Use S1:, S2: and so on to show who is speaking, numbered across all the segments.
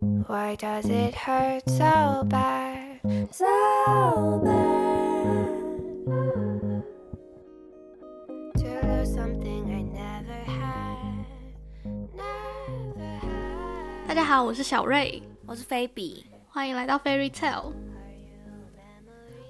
S1: Why does it hurt so bad?
S2: So bad.
S1: To lose something I never had. Never
S3: 大
S1: had.
S3: 家好，我是小瑞，
S2: 我是菲比。
S3: 欢迎来到 Fairy Tale。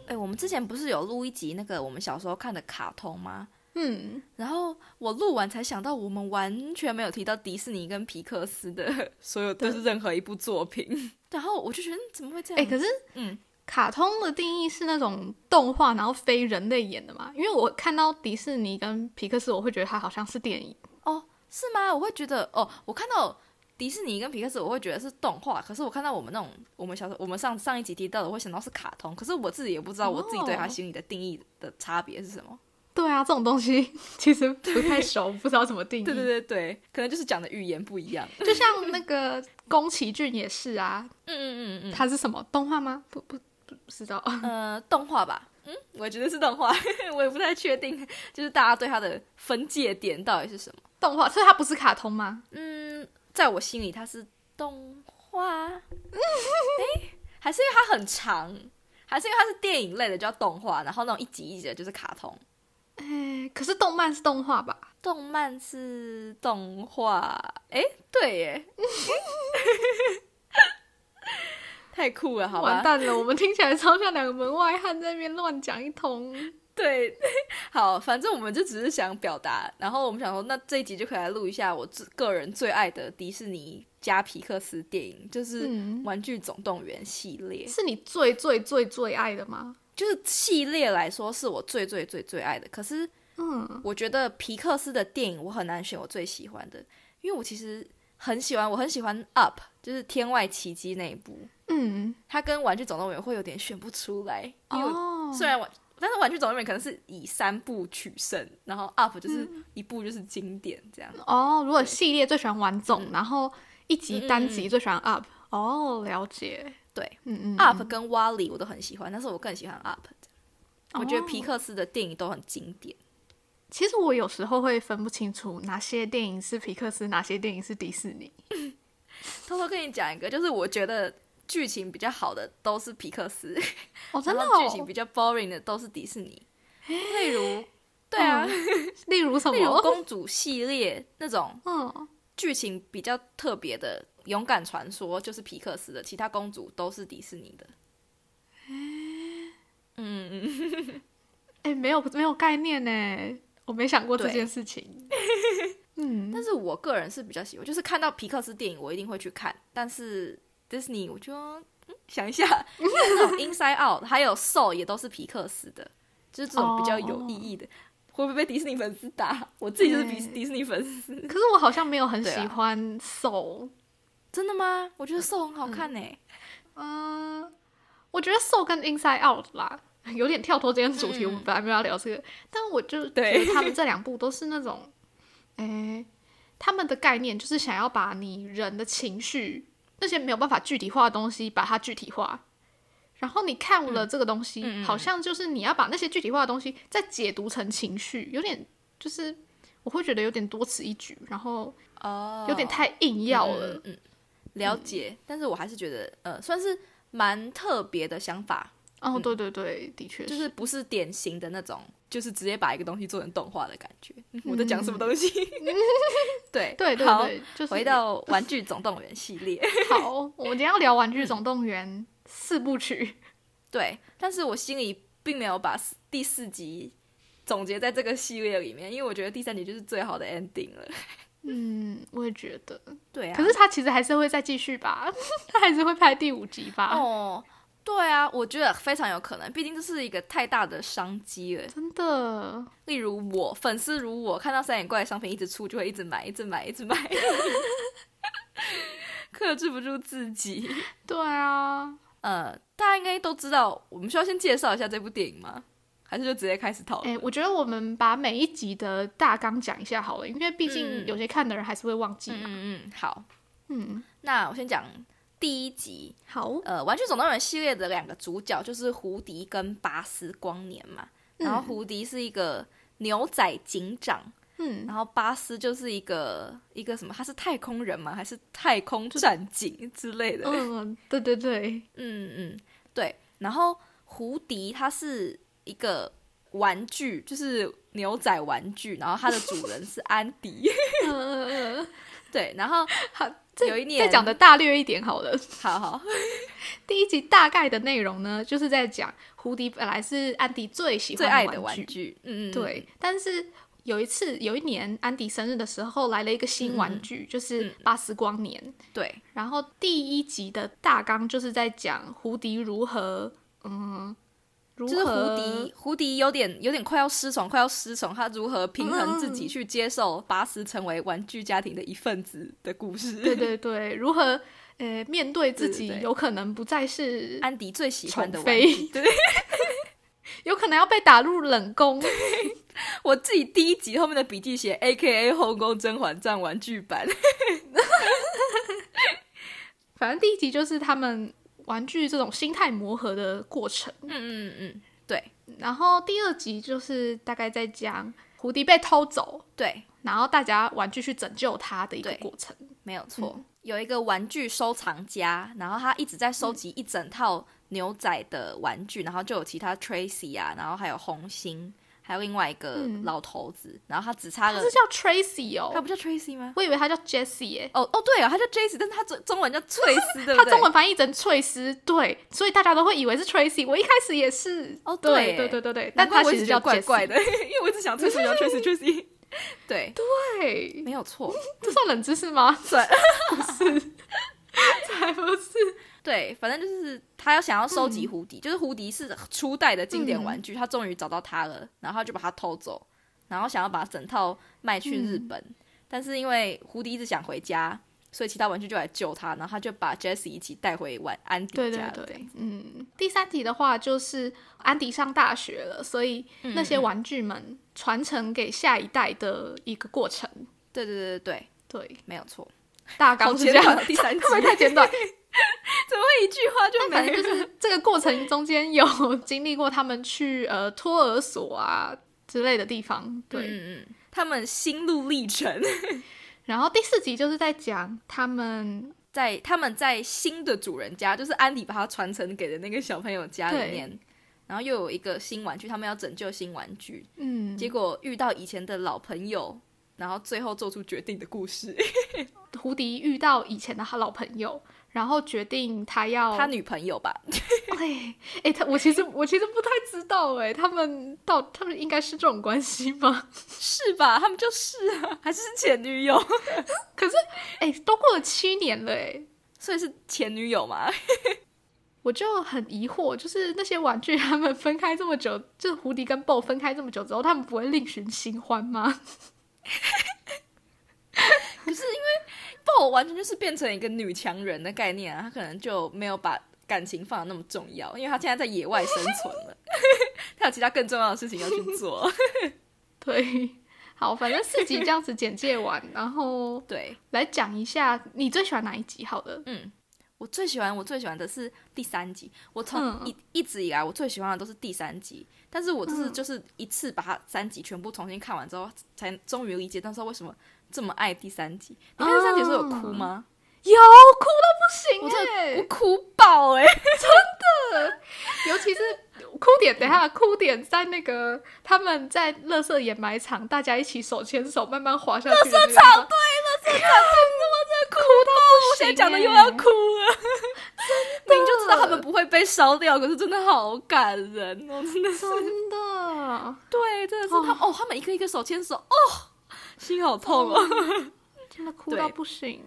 S2: 哎、我们之前不是有录一集那个我们小时候看的卡通吗？
S3: 嗯，
S2: 然后我录完才想到，我们完全没有提到迪士尼跟皮克斯的 所有，就是任何一部作品。 然后我就觉得嗯怎么会这
S3: 哎、
S2: 样？
S3: 可是
S2: 嗯，
S3: 卡通的定义是那种动画，然后非人类演的嘛？因为我看到迪士尼跟皮克斯，我会觉得它好像是电影。
S2: 哦，是吗？我会觉得哦，我看到迪士尼跟皮克斯，我会觉得是动画。可是我看到我们那种我们小时候我们上上一集提到的，我会想到是卡通。可是我自己也不知道我自己对它
S3: 哦
S2: 心里的定义的差别是什么。
S3: 对啊，这种东西 其实不太熟，不知道怎么定义。
S2: 对对对对，可能就是讲的语言不一样。
S3: 就像那个宫崎骏也是啊，
S2: 嗯嗯嗯嗯，
S3: 它是什么动画吗？不不不不知道。
S2: 呃，动画吧。嗯，我觉得是动画， 我也不太确定，就是大家对它的分界点到底是什么。
S3: 动画，所以它不是卡通吗？
S2: 嗯，在我心里它是动画， 哎、还是因为它很长，还是因为它是电影类的叫动画，然后那种一集一集的就是卡通。
S3: 哎、可是动漫是动画吧？
S2: 动漫是动画，哎、对 耶，太酷了，好吧
S3: 完？蛋了，我们听起来超像两个门外汉在那边乱讲一通。
S2: 对，好，反正我们就只是想表达，然后我们想说，那这一集就可以来录一下我最个人最爱的迪士尼加皮克斯电影，就是
S3: 嗯
S2: 《玩具总动员》系列。
S3: 是你最最最最爱的吗？
S2: 就是系列来说，是我最最最最爱的。可是
S3: 嗯，
S2: 我觉得皮克斯的电影，我很难选我最喜欢的，因为我其实很喜欢，我很喜欢《Up》，就是《天外奇迹》那一部，
S3: 嗯，
S2: 它跟《玩具总动员》会有点选不出来，因为我
S3: 哦，
S2: 虽然玩，但是《玩具总动员》可能是以三部取胜，然后 Up 就是
S3: 嗯
S2: 一部就是经典这样。
S3: 哦，如果系列最喜欢玩总，然后一集单集最喜欢 up，、哦，了解，
S2: 对
S3: 嗯嗯嗯
S2: Up 跟 Wally 我都很喜欢，但是我更喜欢 Up。
S3: 哦
S2: 我觉得皮克斯的电影都很经典。
S3: 其实我有时候会分不清楚哪些电影是皮克斯，哪些电影是迪士尼。
S2: 偷偷跟你讲一个，就是我觉得剧情比较好的都是皮克斯，
S3: 哦，真的、
S2: 然后剧情
S3: 哦
S2: 比，较 boring 的都是迪士尼。例如，对啊，
S3: 嗯 例如什
S2: 例如
S3: 么？
S2: 公主系列那种
S3: 嗯，
S2: 剧情比较特别的《勇敢传说》就是皮克斯的，其他公主都是迪士尼的。嗯嗯，嗯
S3: 哎，没有没有概念呢，我没想过这
S2: 对
S3: 件事 情。嗯，
S2: 但是我个人是比较喜欢，就是看到皮克斯电影我一定会去看，但是 Disney 我就、嗯想一下，因为那种 Inside Out 还有 Soul 也都是皮克斯的，就是这种比较有意义的。会不会被迪士尼粉丝打？我自己就是迪
S3: 对
S2: 迪士尼粉丝。
S3: 可是我好像没有很
S2: 对啊
S3: 喜欢 Soul，
S2: 真的吗？我觉得 Soul 很好看呢、
S3: 嗯、我觉得 Soul 跟 Inside Out 啦， 有点跳脱今天主题，我们本来没有要聊这个，但我就觉
S2: 对
S3: 得他们这两部都是那种，诶、他们的概念就是想要把你人的情绪那些没有办法具体化的东西，把它具体化。然后你看了这个东西，
S2: 嗯嗯嗯
S3: 好像就是你要把那些具体化的东西再解读成情绪，有点就是我会觉得有点多此一举，然后
S2: 哦
S3: 有点太硬要了。
S2: 嗯，嗯嗯了解。但是我还是觉得，呃，算是蛮特别的想法，
S3: 哦，对对对，的确
S2: 嗯就是不是典型的那种，就是直接把一个东西做成动画的感觉。我在讲什么东西？ 对
S3: 嗯对对
S2: 好，
S3: 对，就是
S2: 回到《玩具总动员》系列，
S3: 好，我们今天要聊《玩具总动员》四部
S2: 嗯
S3: 曲。
S2: 对，但是我心里并没有把四第四集总结在这个系列里面，因为我觉得第三集就是最好的 ending 了。
S3: 嗯，我也觉得，
S2: 对啊，
S3: 可是他其实还是会再继续吧， 他还是会拍第五集吧。
S2: 哦，对啊，我觉得非常有可能，毕竟这是一个太大的商机了。
S3: 真的，
S2: 例如我粉丝如我看到三眼怪的商品一直出，就会一直买，一直买，一直买， 克制不住自己。
S3: 对啊，
S2: 呃，大家应该都知道，我们需要先介绍一下这部电影吗？还是就直接开始讨
S3: 哎、
S2: 论？
S3: 我觉得我们把每一集的大纲讲一下好了，因为毕
S2: 嗯
S3: 竟有些看的人还是会忘记
S2: 嗯
S3: 嘛。
S2: 嗯嗯，好，
S3: 嗯，
S2: 那我先讲第一集，
S3: 好，
S2: 呃，《玩具总动员》系列的两个主角就是胡迪
S3: 嗯
S2: 跟拔丝光年嘛。然后胡迪是一个牛仔警长，
S3: 嗯，
S2: 然后巴斯就是一个一个什么，他是太空人吗？还是太空战警之类的？
S3: 嗯，对对对，
S2: 嗯嗯，对。然后胡迪它是一个玩具，就是牛仔玩具，然后它的主人是安迪。
S3: 嗯嗯嗯嗯，
S2: 对，然后
S3: 好，
S2: 有一年
S3: 再讲的大略一点好了。
S2: 好好，
S3: 第一集大概的内容呢，就是在讲胡迪本来是安迪最喜欢
S2: 最爱的
S3: 玩
S2: 玩具，嗯嗯，嗯，
S3: 对，但是有一次有一年安迪生日的时候来了一个新
S2: 嗯
S3: 玩具，就是巴斯光年。
S2: 对，
S3: 然后第一集的大纲就是在讲胡迪如何，嗯，如
S2: 就是胡
S3: 何
S2: 迪，胡迪有点有点快要失宠，快要失宠，他如何平衡自己去接受巴斯成为玩具家庭的一份子的故事。
S3: 对对对，如何呃面对自己
S2: 对哎对对
S3: 有可能不再是，
S2: 安迪最喜欢的
S3: 宠
S2: 玩
S3: 妃
S2: 具，对
S3: 有可能要被打入冷宫。
S2: 我自己第一集后面的笔记写 A K A 后宫甄嬛传玩具版，
S3: 反正第一集就是他们玩具这种心态磨合的过程。
S2: 嗯嗯嗯，对
S3: 然后第二集就是大概在讲胡迪被偷走，
S2: 对，
S3: 然后大家玩具去拯救他的一个
S2: 对
S3: 过程。
S2: 没有错。有一个玩具收藏家，然后他一直在收集一整套牛仔的玩具，然后就有其他 Tracy 啊，然后还有红心，还有另外一个
S3: 嗯
S2: 老头子，然后他只
S3: 他
S2: 差了
S3: 是，叫 Tracy
S2: 他
S3: 哦，
S2: 不叫 Tracy 吗？
S3: 我以为他叫 Jessie 耶、
S2: 哦哦，对哦，他叫 Jace，但是他中中文叫翠 丝，对不
S3: 他
S2: 对？
S3: 中文翻译成翠丝，对，所以大家都会以为是 Tracy。我一开始也是，
S2: 哦
S3: 对
S2: 对
S3: 对对对对，但
S2: 难怪
S3: 他
S2: 我一
S3: 其
S2: 直
S3: 实
S2: 觉
S3: 叫
S2: 得怪怪
S3: Jessie
S2: 的， 因为我一直想 Tracy 叫 Tracy Tracy，对，
S3: 对，
S2: 没有错，
S3: 这算冷知识吗？
S2: 算
S3: 才不是，
S2: 对，反正就是他要想要收
S3: 嗯
S2: 集胡迪，就是胡迪是初代的经典玩具，他终于找到它了，然后他就把它偷走，然后想要把整套卖去日
S3: 嗯
S2: 本，但是因为胡迪一直想回家，所以其他玩具就来救他，然后他就把 Jesse 一起带回玩安迪
S3: 对
S2: 家
S3: 对
S2: 了。这
S3: 对
S2: 样，
S3: 嗯。第三集的话，就是安迪上大学了，所以
S2: 嗯
S3: 那些玩具们传承给下一代的一个过程。
S2: 对对对对对，
S3: 对，
S2: 没有错。
S3: 大
S2: 好
S3: 纲是
S2: 简
S3: 这样
S2: 短，哦，第三 集
S3: 会不会太简短？
S2: 一句话就
S3: 反
S2: 没
S3: 正就
S2: 了。
S3: 是这个过程中间有经历过他们去呃托儿所啊之类的地方，对。
S2: 嗯嗯嗯，他们心路历程，
S3: 然后第四集就是在讲他们
S2: 在他们在新的主人家，就是安迪把它传承给的那个小朋友家里
S3: 对
S2: 面，然后又有一个新玩具，他们要拯救新玩具，
S3: 嗯，
S2: 结果遇到以前的老朋友，然后最后做出决定的故事。
S3: 胡迪嗯遇到以前的老朋友，然后决定他要
S2: 他女朋友吧，
S3: 哎哎他我其实我其实不太知道哎，他们到他们应该是这种关系吗？
S2: 是吧？他们就是啊，还是前女友，
S3: 哎，都过了七年了哎。
S2: 所以是前女友嘛？
S3: 我就很疑惑，就是那些玩具他们分开这么久，就是胡迪跟 BO 分开这么久之后，他们不会另寻新欢吗？
S2: 不，我完全就是变成一个女强人的概念啊，她可能就没有把感情放的那么重要，因为她现在在野外生存了， 她有其他更重要的事情要去做。
S3: 对，好，反正四集这样子简介完，然后
S2: 对，
S3: 来讲一下你最喜欢哪一集好了。
S2: 嗯，我最喜欢我最喜欢的是第三集，我从
S3: 嗯
S2: 一、一直以来我最喜欢的都是第三集，但是我这次
S3: 嗯
S2: 就是一次把它三集全部重新看完之后，才终于理解那时候为什么这么爱第三集。你看第三集的时候有哭吗？
S3: 嗯有哭到不行
S2: 我真
S3: 哎、
S2: 的我哭爆哎、
S3: 尤其是哭点，等一下哭点在那个他们在乐色掩埋场，大家一起手牵手慢慢滑下去的那个地方。乐色场对，乐色场，我真的哭到
S2: 我
S3: 不行、
S2: 现
S3: 欸，
S2: 在讲的又要哭
S3: 啊
S2: 了，明明就知道他们不会被烧掉，可是真的好感人哦，真的是，
S3: 真 的。
S2: 对，真的是他们哦，他们一个一个手牵手，哦，心好痛哦。
S3: 真 的哭
S2: 对
S3: 到不行。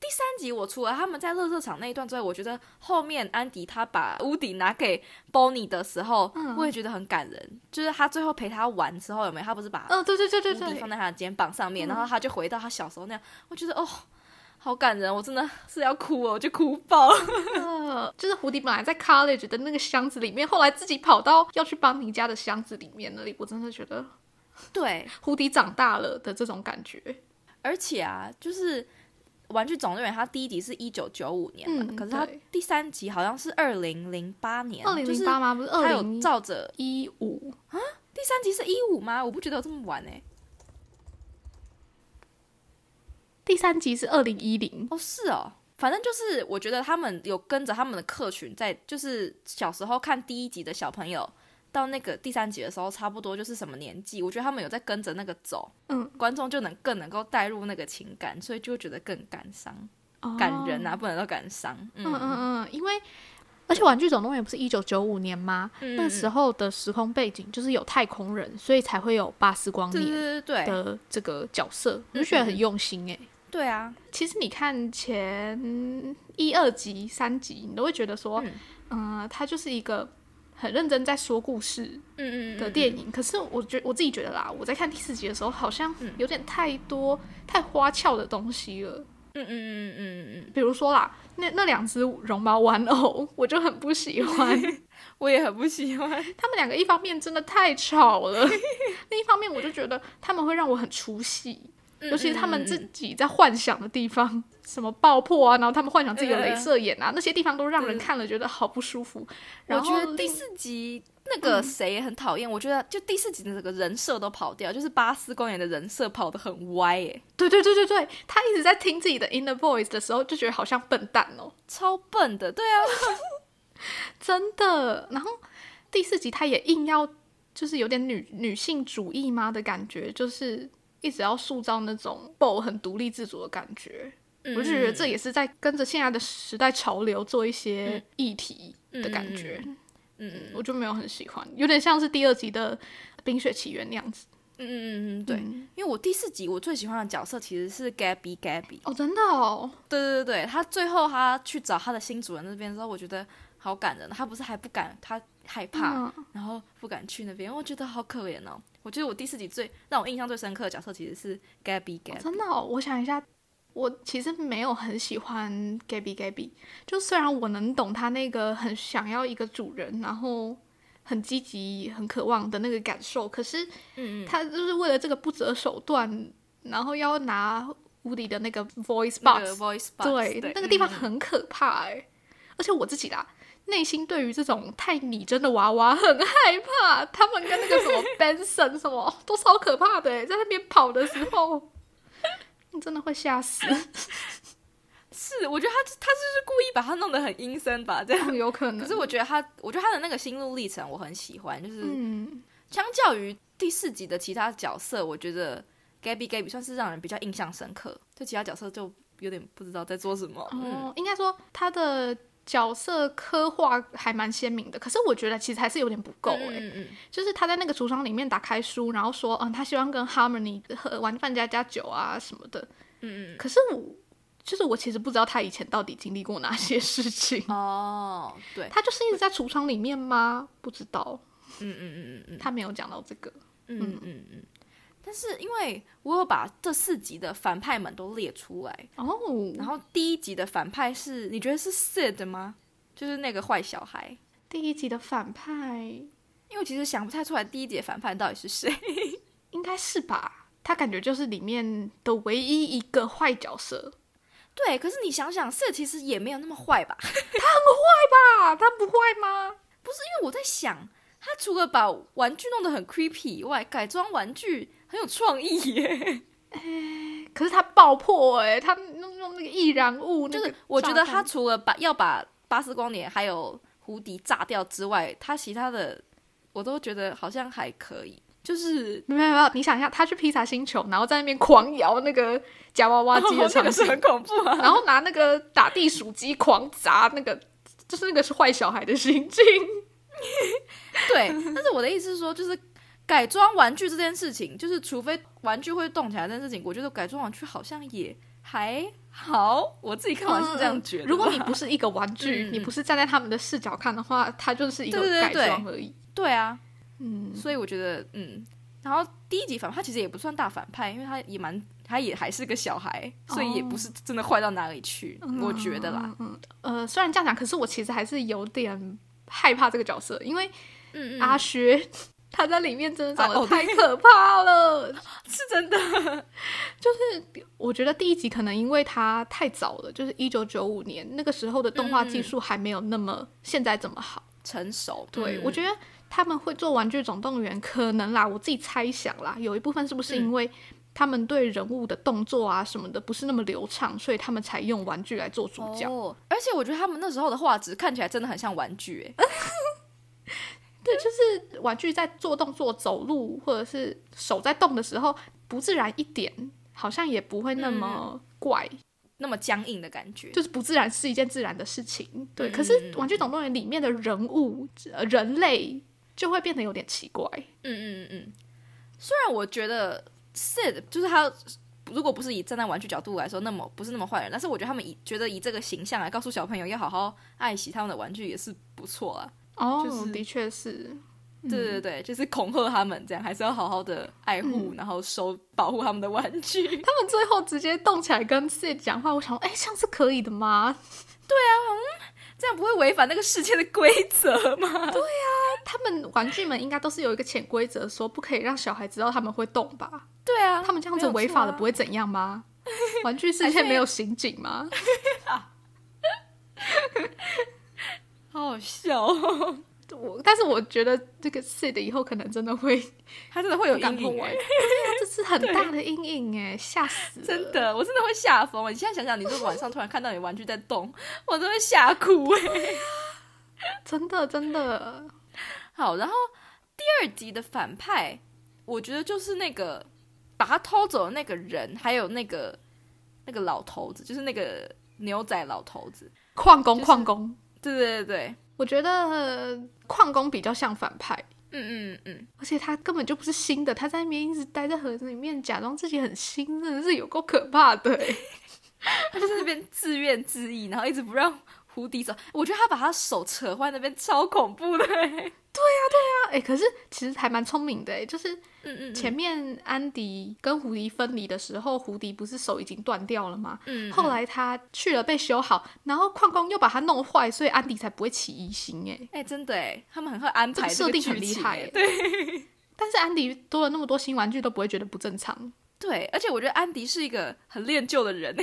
S2: 第三集我除了他们在乐色场那一段之外，我觉得后面安迪他把屋顶拿给 Bonnie 的时候，
S3: 嗯
S2: 我也觉得很感人。就是他最后陪他玩之后，有没有？他不是把
S3: 嗯、对对对
S2: 屋
S3: 对
S2: 顶放
S3: 对，
S2: 在他的肩膀上
S3: 嗯
S2: 面，然后他就回到他小时候那样。我觉得哦，好感人，我真的是要哭哦，我就哭 爆。
S3: 呃，就是胡迪本来在 college 的那个箱子里面，后来自己跑到要去邦尼家的箱子里面那里，我真的觉得
S2: 对，
S3: 胡迪长大了的这种感觉。
S2: 而且啊，就是《玩具总动员》它第一集是一九九五年嘛，
S3: 嗯
S2: 可是它
S3: 对
S2: 第三集好像是二零零八年，
S3: 二零零八
S2: 就是
S3: 吗？不是
S2: 它
S3: 二
S2: 有
S3: 零
S2: 照着
S3: 一五？
S2: 欸第三集是一五吗？我不觉得有这么晚哎、
S3: 第三集是二零一零，
S2: 哦，是哦，反正就是我觉得他们有跟着他们的客群在，就是小时候看第一集的小朋友到那个第三集的时候，差不多就是什么年纪，我觉得他们有在跟着那个走，
S3: 嗯，
S2: 观众就能更能够带入那个情感，所以就觉得更感伤、感人
S3: 啊。
S2: 啊，不能说感伤，嗯
S3: 嗯嗯嗯，因为而且《玩具总动员》不是一九九五年吗？
S2: 嗯
S3: 那时
S2: 候
S3: 候的时空背景就是有太空人，所以才会有巴斯光
S2: 对对
S3: 年
S2: 对对对
S3: 的这个角色，我就觉得很用心哎、
S2: 对啊，
S3: 其实你看前一二集、三集，你都会觉得说，嗯、呃，它就是一个很认真在说故事
S2: 嗯嗯嗯
S3: 的电影。可是我觉我自己觉得啦，我在看第四集的时候，好像
S2: 嗯
S3: 有点太多太花俏的东西了。
S2: 嗯嗯嗯嗯嗯嗯，
S3: 比如说啦，那那两只绒毛玩偶，我就很不喜 欢。
S2: 我也很不喜欢，
S3: 他们两个一方面真的太吵了， 另一方面我就觉得他们会让我很出戏，尤其是他们
S2: 嗯嗯嗯嗯
S3: 自己在幻想的地方，什么爆破啊，然后他们幻想自己有
S2: 嗯嗯嗯
S3: 镭射眼啊，那些地方都让人
S2: 对
S3: 看了觉得好不舒服。
S2: 我
S3: 然
S2: 觉
S3: 后嗯
S2: 得第
S3: 另
S2: 四集那个谁也很讨厌，我觉得就第四集的这个人设都跑掉，就是巴斯光年的人设跑得很歪耶，
S3: 对对对对对，他一直在听自己的 inner voice 的时候，就觉得好像笨蛋哦，
S2: 超笨的，对啊，
S3: 真的。然后第四集他也硬要就是有点女女性主义嘛的感觉，就是一直要塑造那种 BO 很独立自主的感觉。
S2: 嗯
S3: 我就觉得这也是在跟着现在的时代潮流做一些议题的感觉，
S2: 嗯，嗯
S3: 我就没有很喜欢，有点像是第二集的《冰雪奇缘》那样子。
S2: 嗯嗯嗯嗯，对，
S3: 嗯
S2: 因为我第四集我最喜欢的角色其实是 Gabby Gabby，
S3: 哦，真的哦，
S2: 对对对对，他最后他去找他的新主人那边的时候，我觉得好感人，他不是还不敢，他害怕，
S3: 嗯
S2: 然后不敢去那边，我觉得好可怜哦。我觉得我第四集最让我印象最深刻的角色其实是 Gabby
S3: 哦
S2: Gabby，
S3: 真的哦，我想一下，我其实没有很喜欢 Gabby Gabby，就虽然我能懂他那个很想要一个主人，然后很积极、很渴望的那个感受，可是
S2: 嗯嗯，
S3: 他就是为了这个不择手段，然后要拿无敌的那个 voice box，、
S2: 那个 voice box，
S3: 对，那个地
S2: 嗯
S3: 方很可怕哎、而且我自己啦，内心对于这种太拟真的娃娃很害怕，他们跟那个什 么 Benson 什么都超可怕的、欸，在那边跑的时候，你真的会吓死，
S2: 是，我觉得他他就是故意把它弄得很阴森吧，这样。
S3: 有可能。
S2: 可是我觉得他，我觉得他的那个心路历程我很喜欢，就是、
S3: 嗯，
S2: 相较于第四集的其他角色，我觉得 Gabby Gabby 算是让人比较印象深刻，对其他角色就有点不知道在做什么。嗯
S3: 哦，应该说他的角色刻画还蛮鲜明的，可是我觉得其实还是有点不够哎、
S2: 嗯嗯嗯
S3: 就是他在那个橱窗里面打开书，然后说，嗯，他希望跟 Harmony 喝玩饭加加酒啊什么的。
S2: 嗯
S3: 可是我，就是我其实不知道他以前到底经历过哪些事情。
S2: 嗯，哦，对，
S3: 他就是一直在橱窗里面吗？不知道，
S2: 嗯嗯嗯嗯嗯
S3: 他没有讲到这个。
S2: 嗯嗯嗯。但是因为我有把这四集的反派们都列出来，
S3: 哦，
S2: 然后第一集的反派是你觉得是 Sid 吗？就是那个坏小孩。
S3: 第一集的反派
S2: 因为我其实想不太出来第一集的反派到底是谁。
S3: 应该是吧？他感觉就是里面的唯一一个坏角色
S2: 对，可是你想想，Sid 其实也没有那么坏吧？
S3: 啊，他不坏吗？
S2: 因为我在想，他除了把玩具弄得很 creepy 以外，改装玩具很有创意耶。
S3: 可是他爆破哎、他弄用那个易燃物，
S2: 就
S3: 那
S2: 是
S3: 个
S2: 我觉得
S3: 炸
S2: 他
S3: 弹
S2: 除了把要把巴斯光年还有胡迪炸掉之外，他其他的我都觉得好像还可以。就是
S3: 没有没有，啊你想一下，他去披萨星球，然后在那边狂摇那个夹娃娃机的
S2: 这
S3: 场
S2: 个是
S3: 景，
S2: 很恐怖啊。
S3: 然后拿那个打地鼠机狂砸那个，就是那个是坏小孩的行径。
S2: 对，但是我的意思是说，就是改装玩具这件事情，就是除非玩具会动起来这件事情，我觉得改装玩具好像也还好。我自己看完是这样觉得吧。
S3: 嗯如果你不是一个玩具，
S2: 嗯嗯
S3: 你不是站在他们的视角看的话，它就是一个
S2: 对对
S3: 改
S2: 对对
S3: 装而已。
S2: 对啊，
S3: 嗯，
S2: 所以我觉得，嗯，然后第一集反派其实也不算大反派，因为他也蛮，他也还是个小孩，所以也不
S3: 哦
S2: 是真的坏到哪里去，我觉得啦，
S3: 呃，虽然这样讲，可是我其实还是有点害怕这个角色，因为
S2: 嗯嗯，
S3: 阿薛、他在里面真的长
S2: 啊
S3: 得
S2: 哦
S3: 啊太可怕了。
S2: 是真的，
S3: 我觉得第一集可能因为它太早了，就是一九九五年那个时候的动画技术还没有那么现在这么好。
S2: 成熟，
S3: 对，我
S2: 得
S3: 觉得他们会做《玩具总动员》，可能啦，我自己猜想啦，有一部分是不是因为他们对人物的动作啊什么的不是那么流畅，所以他们才用玩具来做主角。
S2: 哦，而且我觉得他们那时候的画质看起来真的很像玩具，哎，
S3: 对，就是玩具在做动作、走路或者是手在动的时候，不自然一点，好像也不会那么怪，
S2: 那么僵硬的感觉。
S3: 就是不自然是一件自然的事情。对，
S2: 嗯
S3: 可是《玩具总动员》里面的人物、呃人类就会变得有点奇怪。
S2: 嗯嗯嗯嗯。虽然我觉得 Sid 就是他，如果不是以站在玩具角度来说，那么不是那么坏人，但是我觉得他们以觉得以这个形象来告诉小朋友要好好爱惜他们的玩具也是不错啊。
S3: 哦，
S2: 就是
S3: 的确是，
S2: 对对对，就是恐吓他们，这样还是要好好的爱护，然后收保护他们的玩具。
S3: 他们最后直接动起来跟 Sid 讲话，我想说，哎，这样是可以的吗？
S2: 这样不会违反那个世界的规则吗？
S3: 他们玩具们应该都是有一个潜规则，说不可以让小孩知道他们会动吧？
S2: 对啊，
S3: 他们这样子违法了不
S2: 会。
S3: 会怎样吗？玩具世界没有刑警吗？
S2: 好好笑、哦，
S3: 我，但是我觉得这个 Sid 以后可能真的会，
S2: 他真的会有
S3: 不敢
S2: 阴影
S3: 碰
S2: 哎、
S3: 玩这是很大的阴影哎，吓死了！
S2: 真的，我真的会吓疯。你现在想想，你如果晚上突然看到你玩具在动，我都会吓哭哎、
S3: 真的，真的，
S2: 好，然后第二集的反派，我觉得就是那个把他偷走的那个人，还有那个那个老头子，就是那个牛仔老头子。
S3: 矿工，
S2: 就是
S3: 矿工，
S2: 对对对对，
S3: 我觉得矿工比较像反派，
S2: 嗯嗯嗯，
S3: 而且他根本就不是新的，他在那边一直待在盒子里面，假装自己很新，真的是有够可怕 的欸。
S2: 他就在那边自怨自艾，然后一直不让胡迪走。我觉得他把他手扯坏那边超恐怖的、欸。
S3: 啊哎、可是其实还蛮聪明的哎，就是
S2: 嗯嗯，
S3: 前面安迪跟胡迪分离的时候，胡迪不是手已经断掉了吗？
S2: 嗯，
S3: 后来他去了被修好，然后矿工又把他弄坏，所以安迪才不会起疑心哎。
S2: 哎、真的哎，他们很会安
S3: 这个
S2: 排
S3: 设
S2: 个
S3: 定很
S2: 剧
S3: 厉
S2: 情
S3: 害
S2: 欸
S3: 欸
S2: 对
S3: 但是安迪多了那么多新玩具都不会觉得不正常，
S2: 对，而且我觉得安迪是一个很恋旧的人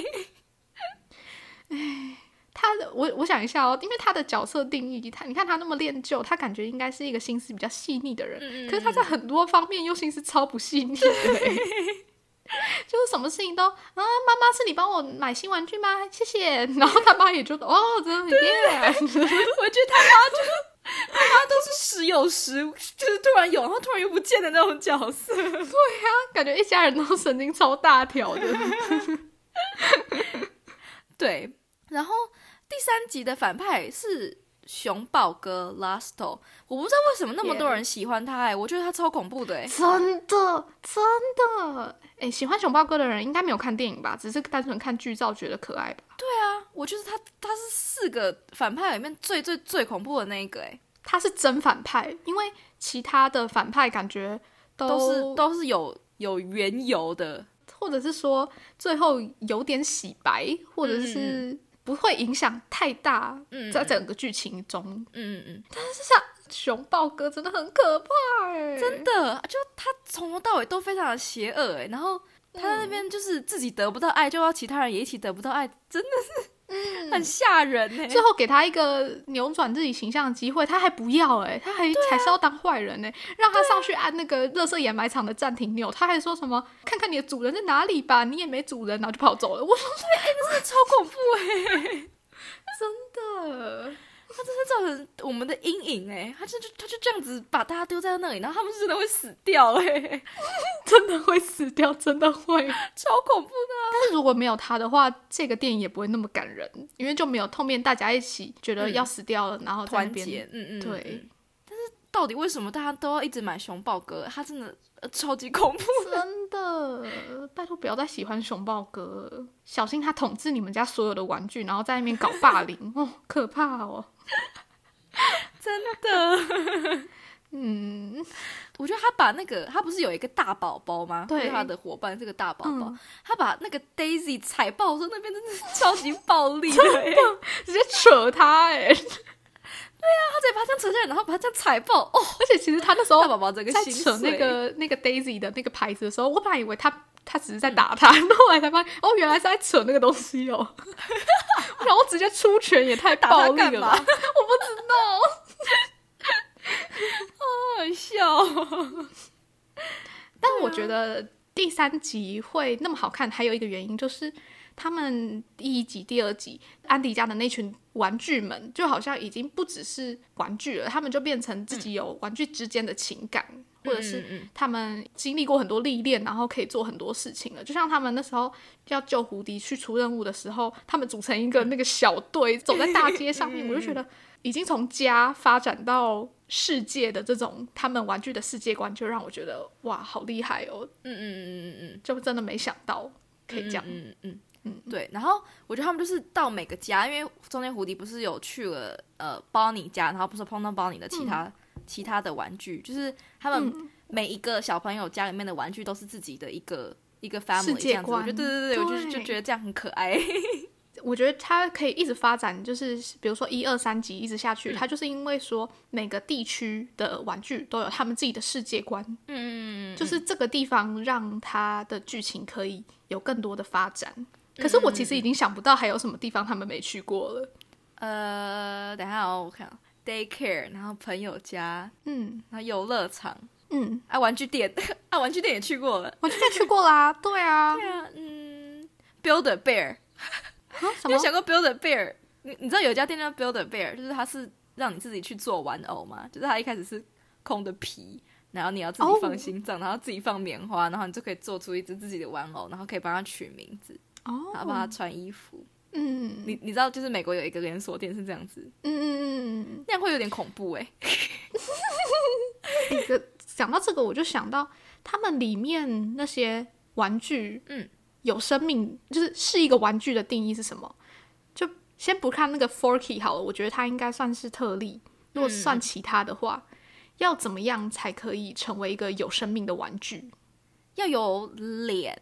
S2: 欸
S3: 他的我我想一下哦，因为他的角色定义，他你看他那么恋旧，他感觉应该是一个心思比较细腻的人，
S2: 嗯嗯
S3: 可是他在很多方面又心思超不细 腻的欸，就是什么事情都啊，妈妈是你帮我买新玩具吗？谢谢。 然后他妈也就哦，真的耶，
S2: 我觉得他妈就是他妈都是时有时就是突然有，然后突然又不见的那种角色。
S3: 感觉一家人都神经超大条的。
S2: 对，然后第三集的反派是熊豹哥 Lasto，我不知道为什么那么多
S3: Yeah
S2: 人喜欢他哎、我觉得他超恐怖的哎、
S3: 真的，真的，哎、喜欢熊抱哥的人应该没有看电影吧？只是单纯看剧照觉得可爱吧？
S2: 我觉得他他是四个反派里面最最最恐怖的那一个哎、
S3: 他是真反派，因为其他的反派感觉都
S2: 都是都是有有缘由的。
S3: 或者是说最后有点洗白，或者是不会影响太大
S2: 嗯，
S3: 在整个剧情中。
S2: 嗯嗯嗯，
S3: 熊抱哥真的很可怕、哎，
S2: 真的，就他从头到尾都非常的邪恶哎、然后他在那边就是自己得不到爱，就要其他人也一起得不到爱，真的是
S3: 嗯
S2: 很吓人哎、
S3: 最后给他一个扭转自己形象的机会，他还不要哎、他还、
S2: 啊
S3: 还是要当坏人呢、欸让他上去按那个乐色掩埋场的暂停钮，他还说什么看看你的主人在哪里吧，你也没主人，然后就跑走了。我 说
S2: 超恐怖哎、
S3: 欸真的，
S2: 他造成我们的阴影哎、他就就他就这样子把大家丢在那里，然后他们是真的会死掉哎、
S3: 真的会死掉，真的会。
S2: 超恐怖的啊、
S3: 但是如果没有他的话，这个电影也不会那么感人，因为就没有后面大家一起觉得要死掉了，然后在那
S2: 嗯团
S3: 边
S2: 结，嗯嗯，
S3: 对
S2: 嗯嗯但是到底为什么大家都要一直买熊抱哥？他真的、呃超 级恐怖。
S3: 真的，拜托不要再喜欢熊抱哥了，小心他统治你们家所有的玩具，然后在那边搞霸凌，哦，可怕哦。
S2: 真的，
S3: 嗯，
S2: 我觉得他把那个他不是有一个大宝宝吗？
S3: 对
S2: 就是他的伙伴是个大宝宝，
S3: 嗯
S2: 他把那个 Daisy 踩爆的时候，那边真 的是超级暴力的、欸，
S3: 直接扯他哎、
S2: 他直接把他这样扯下来，然后把他这样踩爆，哦，
S3: 而且其实他那时候
S2: 大宝宝整个
S3: 在
S2: 心
S3: 扯那
S2: 碎
S3: 个那个 Daisy 的那个牌子的时候，我本来以为他他只是在打他， 然后后来才发现哦，原来是在扯那个东西哦。然后直接出拳也太
S2: 打他
S3: 暴力
S2: 干
S3: 了
S2: 嘛
S3: 吧？我不知道。
S2: 好好笑哦、
S3: 但我觉得第三集会那么好看，还有一个原因就是他们第一集、第二集安迪家的那群玩具们，就好像已经不只是玩具了，他们就变成自己有玩具之间的情感，或者是
S2: 嗯
S3: 他们经历过很多历练，然后可以做很多事情了。就像他们那时候要救胡迪去出任务的时候，他们组成一个那个小队，走在大街上面，我就觉
S2: 嗯
S3: 得已经从家发展到世界的这种他们玩具的世界观，就让我觉得哇，好厉害哦！
S2: 嗯嗯嗯嗯嗯。
S3: 就真的没想到可以这样。
S2: 嗯嗯嗯，对。然后我觉得他们就是到每个家，因为中间胡迪不是有去了呃包尼家，然后不是碰到包尼的其
S3: 嗯
S2: 他、其他的玩具，就是他们每一个小朋友家里面的玩具都是自己的一个一个 family 这
S3: 界
S2: 样子。我觉得对对对，
S3: 观
S2: 我就是
S3: 对
S2: 就觉得这样很可爱。
S3: 我觉得它可以一直发展，就是比如说一二三级一直下
S2: 嗯
S3: 去，它就是因为说每个地区的玩具都有他们自己的世界观，
S2: 嗯，
S3: 就是这个地方让它的剧情可以有更多的发展。可是我其
S2: 嗯
S3: 实已经想不到还有什么地方他们没去过了。
S2: 呃，等一下哦，我看 daycare，然后朋友家，
S3: 嗯
S2: 然后游乐场，
S3: 嗯，
S2: 啊玩具店， 啊玩具店也去过了。
S3: 我就没去过啦。对啊，
S2: 对啊，嗯，build a bear。
S3: 啊什
S2: 你
S3: 么
S2: 有？想过 Build a Bear？你你知道有一家店叫 Build a Bear，就是它是让你自己去做玩偶嘛，就是它一开始是空的皮，然后你要自己
S3: 哦
S2: 放心脏然后自己放棉花，然后你就可以做出一只自己的玩偶，然后可以帮它取名字，然后帮它
S3: 哦，
S2: 穿衣服。
S3: 嗯
S2: 你你知道，就是美国有一个连锁店是这样子，
S3: 嗯嗯嗯
S2: 那样会有点恐怖哎、
S3: 嗯，一个讲到这个，我就想到他们里面那些玩具，
S2: 嗯，
S3: 有生命，就是是一个玩具的定义是什么？就先不看那个 Forky 好了，我觉得它应该算是特例。如果
S2: 嗯
S3: 算其他的话，要怎么样才可以成为一个有生命的玩具？
S2: 要有脸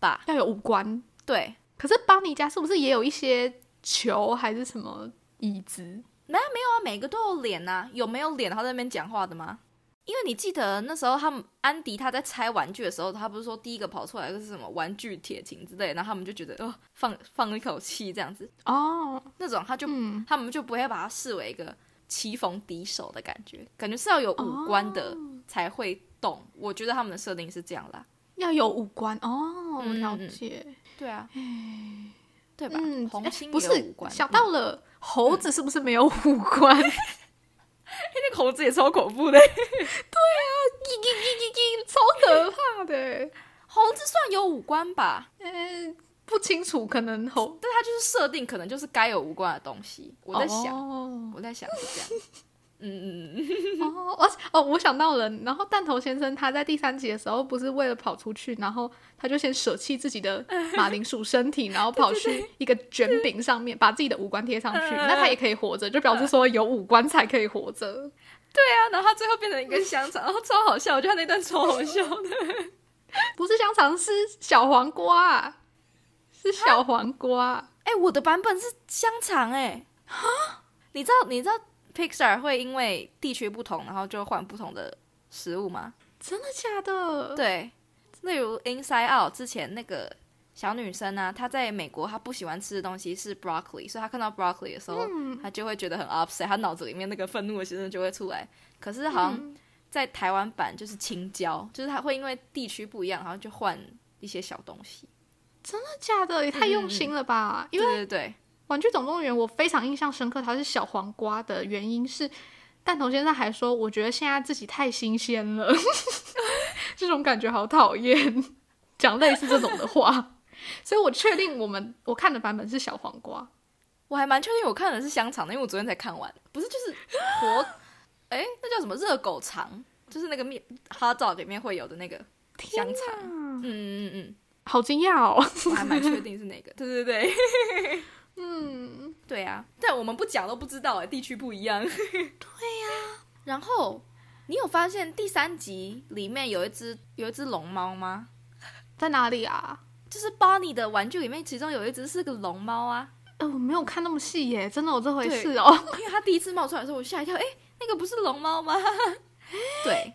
S2: 吧？
S3: 要有五官。
S2: 对，
S3: 可是邦尼家是不是也有一些球还是什么椅子？
S2: 对啊，每个都有脸呐、有没有脸？然后在那边讲话的吗？因为你记得那时候他们安迪他在拆玩具的时候，他不是说第一个跑出来的是什么玩具铁琴之类的，然后他们就觉得哦，放放一口气这样子，
S3: 哦，
S2: 那种他就、
S3: 嗯，
S2: 他们就不会把它视为一个棋逢敌手的感觉，感觉是要有五官的才会动。我觉得他们的设定是这样啦，
S3: 要有五官哦，
S2: 嗯
S3: 了
S2: 嗯
S3: 解。
S2: 对啊，对吧？
S3: 嗯，
S2: 红
S3: 哎
S2: 心
S3: 不
S2: 也有五嗯
S3: 是
S2: 官，
S3: 想到了猴子是不是没有五官？
S2: 那个猴子也超恐怖的，
S3: 超可怕的。
S2: 猴子算有五官吧？
S3: 嗯， 不清楚，可能猴
S2: 但它就是设定可能就是该有五官的东西。我在想。
S3: 哦
S2: 我在想是这样。 嗯嗯嗯，
S3: 哦，而且哦，我想到了，然后弹头先生他在第三集的时候，不是为了跑出去，然后他就先舍弃自己 的马铃薯身体，然后跑去一个卷饼上面，把自己的五官贴上去，
S2: 嗯
S3: 那他也可以活着，就表示说有五官才可以活着。
S2: 对啊，然后他最后变成一根香肠，然后超好笑，我觉得他那段超好笑的。
S3: 不是香肠，是小黄瓜啊，是小黄瓜。
S2: 哎、我的版本是香肠哎、啊，你知道你知道 Pixar 会因为地区不同，然后就换不同的食物吗？
S3: 真的假的？
S2: 对，例如 Inside Out 之前那个小女生呢、她在美国她不喜欢吃的东西是 broccoli，所以她看到 broccoli 的时候，
S3: 嗯
S2: 她就会觉得很 upset，她脑子里面那个愤怒的心声就会出来。可是好像
S3: 嗯
S2: 在台湾版就是青椒，就是它会因为地区不一样，然后就换一些小东西。
S3: 真的假的？也太用心了吧！因为《
S2: 嗯对对对，
S3: 玩具总动员》，我非常印象深刻，它是小黄瓜的原因是，蛋头先生还说，我觉得现在自己太新鲜了， 这种感觉好讨厌，讲类似这种的话。 所以我确定我们我看的版本是小黄瓜，
S2: 我还蛮确定我看的是香肠的，因为我昨天才看完，不是就是活，哎、那叫什么热狗肠，就是那个面哈照里面会有的那个香肠。嗯嗯嗯。
S3: 好惊讶哦！
S2: 我还蛮 确定是哪个。对对对， 嗯，对啊，但我们不讲都不知道哎，地区不一样。 对呀、然后你有发现第三集里面有一只有一只龙猫吗？
S3: 在哪里啊？
S2: 就是 Bonnie 的玩具里面，其中有一只是个龙猫啊，
S3: 呃，我没有看那么细耶，真的有这回事哦。
S2: 因为它第一次冒出来的时候，我吓一跳，哎，那个不是龙猫 吗？对，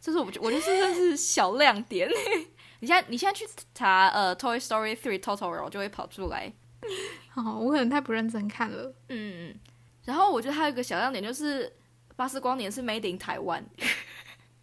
S2: 就是我我就是算是小亮点。 你现在你现在去查呃《Toy Story Three Totoro》就会跑出来
S3: 哦，我可能太不认真看了。
S2: 嗯，嗯，然后我觉得还有一个小亮点就是《巴斯光年》是 made in 台湾，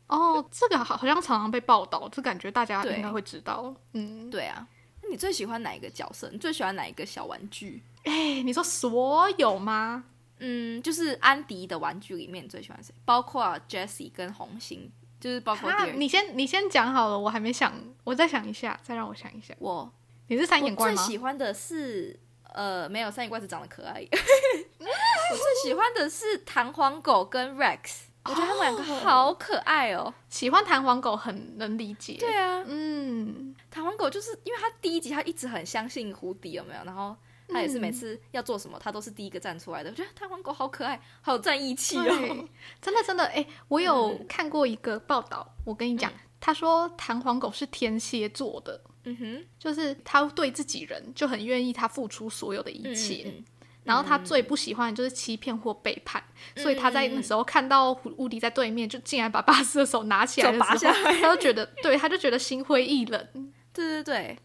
S3: 哦，这个好好像常常被报道，这感觉大家
S2: 对
S3: 应该会知道。嗯，
S2: 对啊，那你最喜欢哪一个角色？你最喜欢哪一个小玩具？
S3: 哎、你说所有吗？
S2: 嗯，就是安迪的玩具里面，你最喜欢谁？包括 Jessie 跟红心，就是包括第
S3: 啊，
S2: 二。
S3: 你先你先讲好了，我还没想，我再想一下，再让我想一下。
S2: 我
S3: 你是三眼
S2: 我
S3: 怪
S2: 最
S3: 吗？
S2: 喜欢的是呃，没有三眼怪只长得可爱。 我最喜欢的是弹簧狗跟 Rex，我觉得他们两个好可爱哦。
S3: 喜欢弹簧狗很能理解。
S2: 对啊，
S3: 嗯，
S2: 弹簧狗就是因为他第一集他一直很相信胡迪有没有，然后他也是每次要做什么，他都是第一个站出来的。我觉得弹簧狗好可爱，好有战义气 哦嗯
S3: 对。，真的真的，哎、我有看过一个报道，我跟你讲，他说弹簧狗是天蝎座的，
S2: 嗯哼，
S3: 就是他对自己人就很愿意他付出所有的一切。
S2: 嗯嗯
S3: 然后他最不喜欢的就是欺骗或背叛，所以他在
S2: 嗯嗯嗯
S3: 那时候看到胡乌迪在对面，就竟然把巴斯的手拿起来的
S2: 就
S3: 时候，
S2: 拔下
S3: 他就觉得， 对，他就觉得心灰意冷。
S2: 对对对，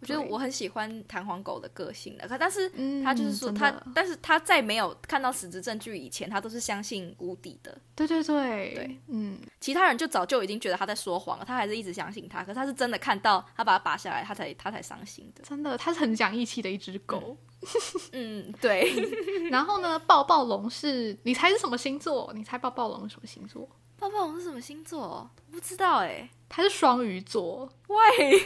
S2: 我觉得
S3: 对
S2: 我很喜欢弹簧狗的个性的，可但是
S3: 嗯
S2: 他就是说
S3: 真
S2: 他，
S3: 的
S2: 但是他在没有看到实质证据以前，他都是相信无底的。
S3: 对对对，
S2: 对，
S3: 嗯，。
S2: 其他人就早就已经觉得他在说谎了，他还是一直相信他。可是他是真的看到他把他拔下来，他才他才伤心的
S3: 真的，它是很讲义气的一只狗。
S2: 嗯， 对。
S3: 然后呢，抱抱龙是，你猜是什么星座？你猜抱抱龙是什么星座？
S2: 抱抱龙是什么星座？我不知道哎、
S3: 它是双鱼座，
S2: 喂，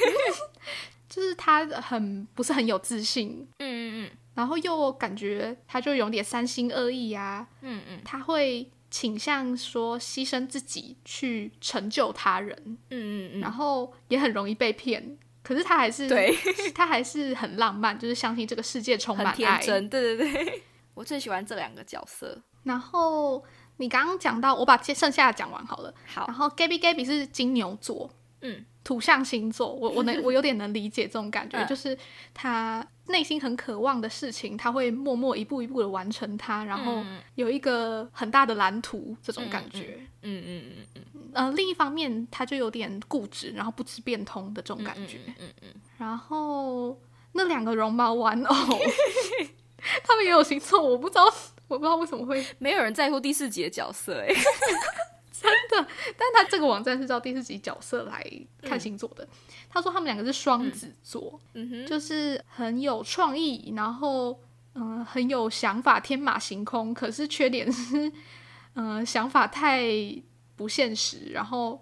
S3: 就是它很不是很有自信，
S2: 嗯嗯
S3: 然后又感觉它就有点三心二意啊，
S2: 嗯嗯
S3: 他会倾向说牺牲自己去成就他人，
S2: 嗯嗯
S3: 然
S2: 嗯，
S3: 后也很容易被骗。可是他还是
S2: 对，
S3: 他还是很浪漫，就是相信这个世界充满
S2: 很
S3: 爱。
S2: 天真。对对对， 我最喜欢这两个角色。
S3: 然后你刚刚讲到，我把剩下的讲完好了。
S2: 好
S3: 然，后 Gabby Gabby 是金牛座，
S2: 嗯，
S3: 土象星座，我我 能我有点能理解这种感觉，
S2: 嗯
S3: 就是他内心很渴望的事情，他会默默一步一步的完成它，然后
S2: 嗯
S3: 有一个很大的蓝图这种感觉。
S2: 嗯嗯嗯嗯，
S3: 呃，另一方面，他就有点固执，然后不知变通的这种感觉。
S2: 嗯
S3: 然后那两个绒毛玩偶， 他们也有星座，我不知道，我不知道为什么会，
S2: 没有人在乎第四集的角色哎、
S3: 但他这个网站是照第四集角色来看星座的。他说他们两个是双子座，
S2: 嗯哼，
S3: 就是很有创意，然后嗯、呃很有想法，天马行空。可是缺点是， 嗯、想法太不现实，然后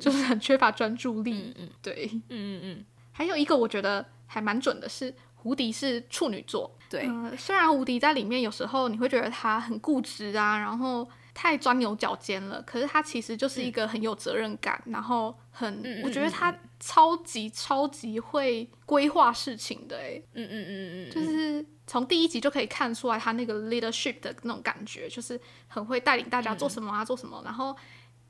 S3: 就是很缺乏专注力。
S2: 嗯
S3: 对。
S2: 嗯嗯
S3: 还有一个我觉得还蛮准的是，胡迪是处女座。
S2: 对，
S3: 嗯、虽然胡迪在里面有时候你会觉得他很固执啊，然后太钻牛角尖了，可是他其实就是一个很有责任感，然后很，
S2: 嗯嗯嗯
S3: 我觉得
S2: 嗯
S3: 他超级超级会规划事情的、欸，
S2: 嗯嗯嗯嗯，
S3: 就是从第一集就可以看出来他那个 leadership 的那种感觉，就是很会带领大家
S2: 嗯
S3: 做什么啊，做什么。然后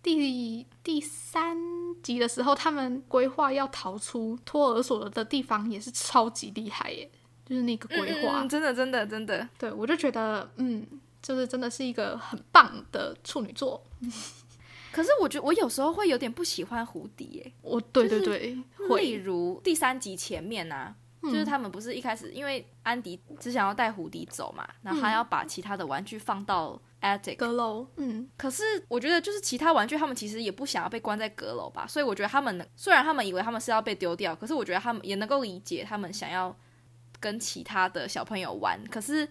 S3: 第第三集的时候，他们规划要逃出托儿所的地方也是超级厉害耶，就是那个规划。
S2: 嗯真的真的真的，
S3: 对我就觉得，嗯，就是真的是一个很棒的处女座。
S2: 可是我觉得我有时候会有点不喜欢胡迪耶，
S3: 我对对
S2: 就是
S3: 对，
S2: 例
S3: 会
S2: 如第三集前面啊，就是他们不是一开始因为安迪只想要带胡迪走嘛，然后他要把其他的玩具放到 attic，、
S3: 阁楼，嗯，
S2: 可是我觉得就是其他玩具他们其实也不想要被关在阁楼吧，所以我觉得他们能虽然他们以为他们是要被丢掉，可是我觉得他们也能够理解他们想要跟其他的小朋友玩，可是。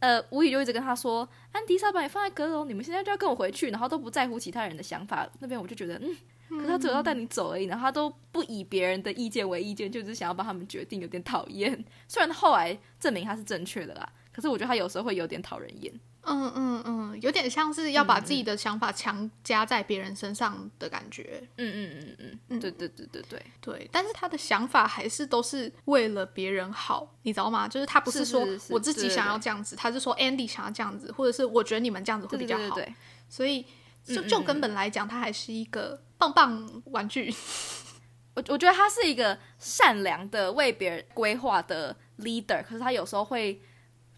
S2: 呃，吴宇就一直跟他说：“安迪，是要把你放在阁楼，你们现在就要跟我回去，然后都不在乎其他人的想法。”那边我就觉得，嗯，可是他只有要带你走而已，然后他都不以别人的意见为意见，就只是想要帮他们决定，有点讨厌。虽然后来证明他是正确的啦，可是我觉得他有时候会有点讨人厌。
S3: 嗯嗯嗯，有点像是要把自己的想法强加在别人身上的感觉。
S2: 嗯嗯嗯嗯，对对对对对，
S3: 对，但是他的想法还是都是为了别人好，你知道吗？就是他不
S2: 是
S3: 说
S2: 是是
S3: 我自己
S2: 对对
S3: 想要
S2: 对
S3: 这样子，他是说 Andy 想要这样子，或者是我觉得你们这样子会比
S2: 对对
S3: 较
S2: 对对
S3: 好。
S2: 对，
S3: 所以就
S2: 嗯嗯
S3: 就根本来讲，他还是一个棒棒玩具。
S2: 我我觉得他是一个善良的为别人规划的 leader，可是他有时候会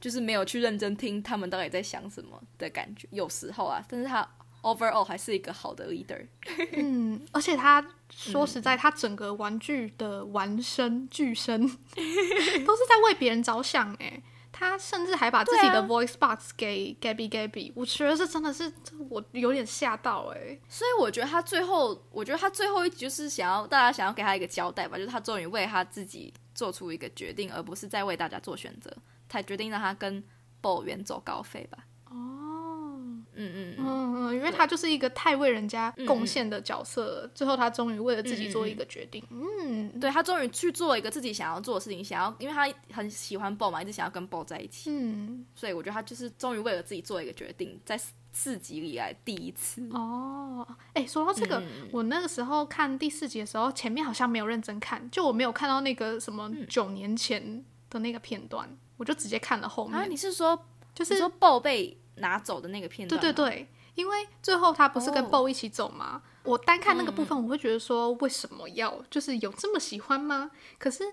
S2: 就是没有去认真听他们到底在想什么的感觉，有时候啊，但是他 overall 还是一个好的 leader。
S3: 嗯，而且他说实在，他整个 玩具的玩身、具身都是在为别人着想哎、他甚至还把自己的 voice box 给 Gabby Gabby，我觉得这真的是这我有点吓到哎、
S2: 所以我觉得他最后，我觉得他最后一集就是想要大家想要给他一个交代吧，就是他终于为他自己做出一个决定，而不是在为大家做选择，才决定让他跟 Bo 远走高飞吧。哦，嗯嗯嗯，
S3: 嗯嗯，因为他就是一个太为人家贡献的角色了，最后他终于为了自己做一个决定，嗯，
S2: 对他终于去做一个自己想要做的事情，想要，因为他很喜欢 Bo 嘛，一直想要跟 Bo 在一起，
S3: 嗯，
S2: 所以我觉得他就是终于为了自己做一个决定，在四四集里来第一次。
S3: 哦，哎、说到这个，我那个时候看第四集的时候，前面好像没有认真看，就我没有看到那个什么九年前的那个片段，我就直接看了后面，
S2: 啊，你是说
S3: 就
S2: 你
S3: 是
S2: 说 Bo 被拿走的那个片
S3: 对
S2: 段？
S3: 对，对，因为最后他不是跟
S2: 哦嗯
S3: Bo 一起走吗？我单看那个部分，我会觉得说为什么要，就是有这么喜欢吗？可是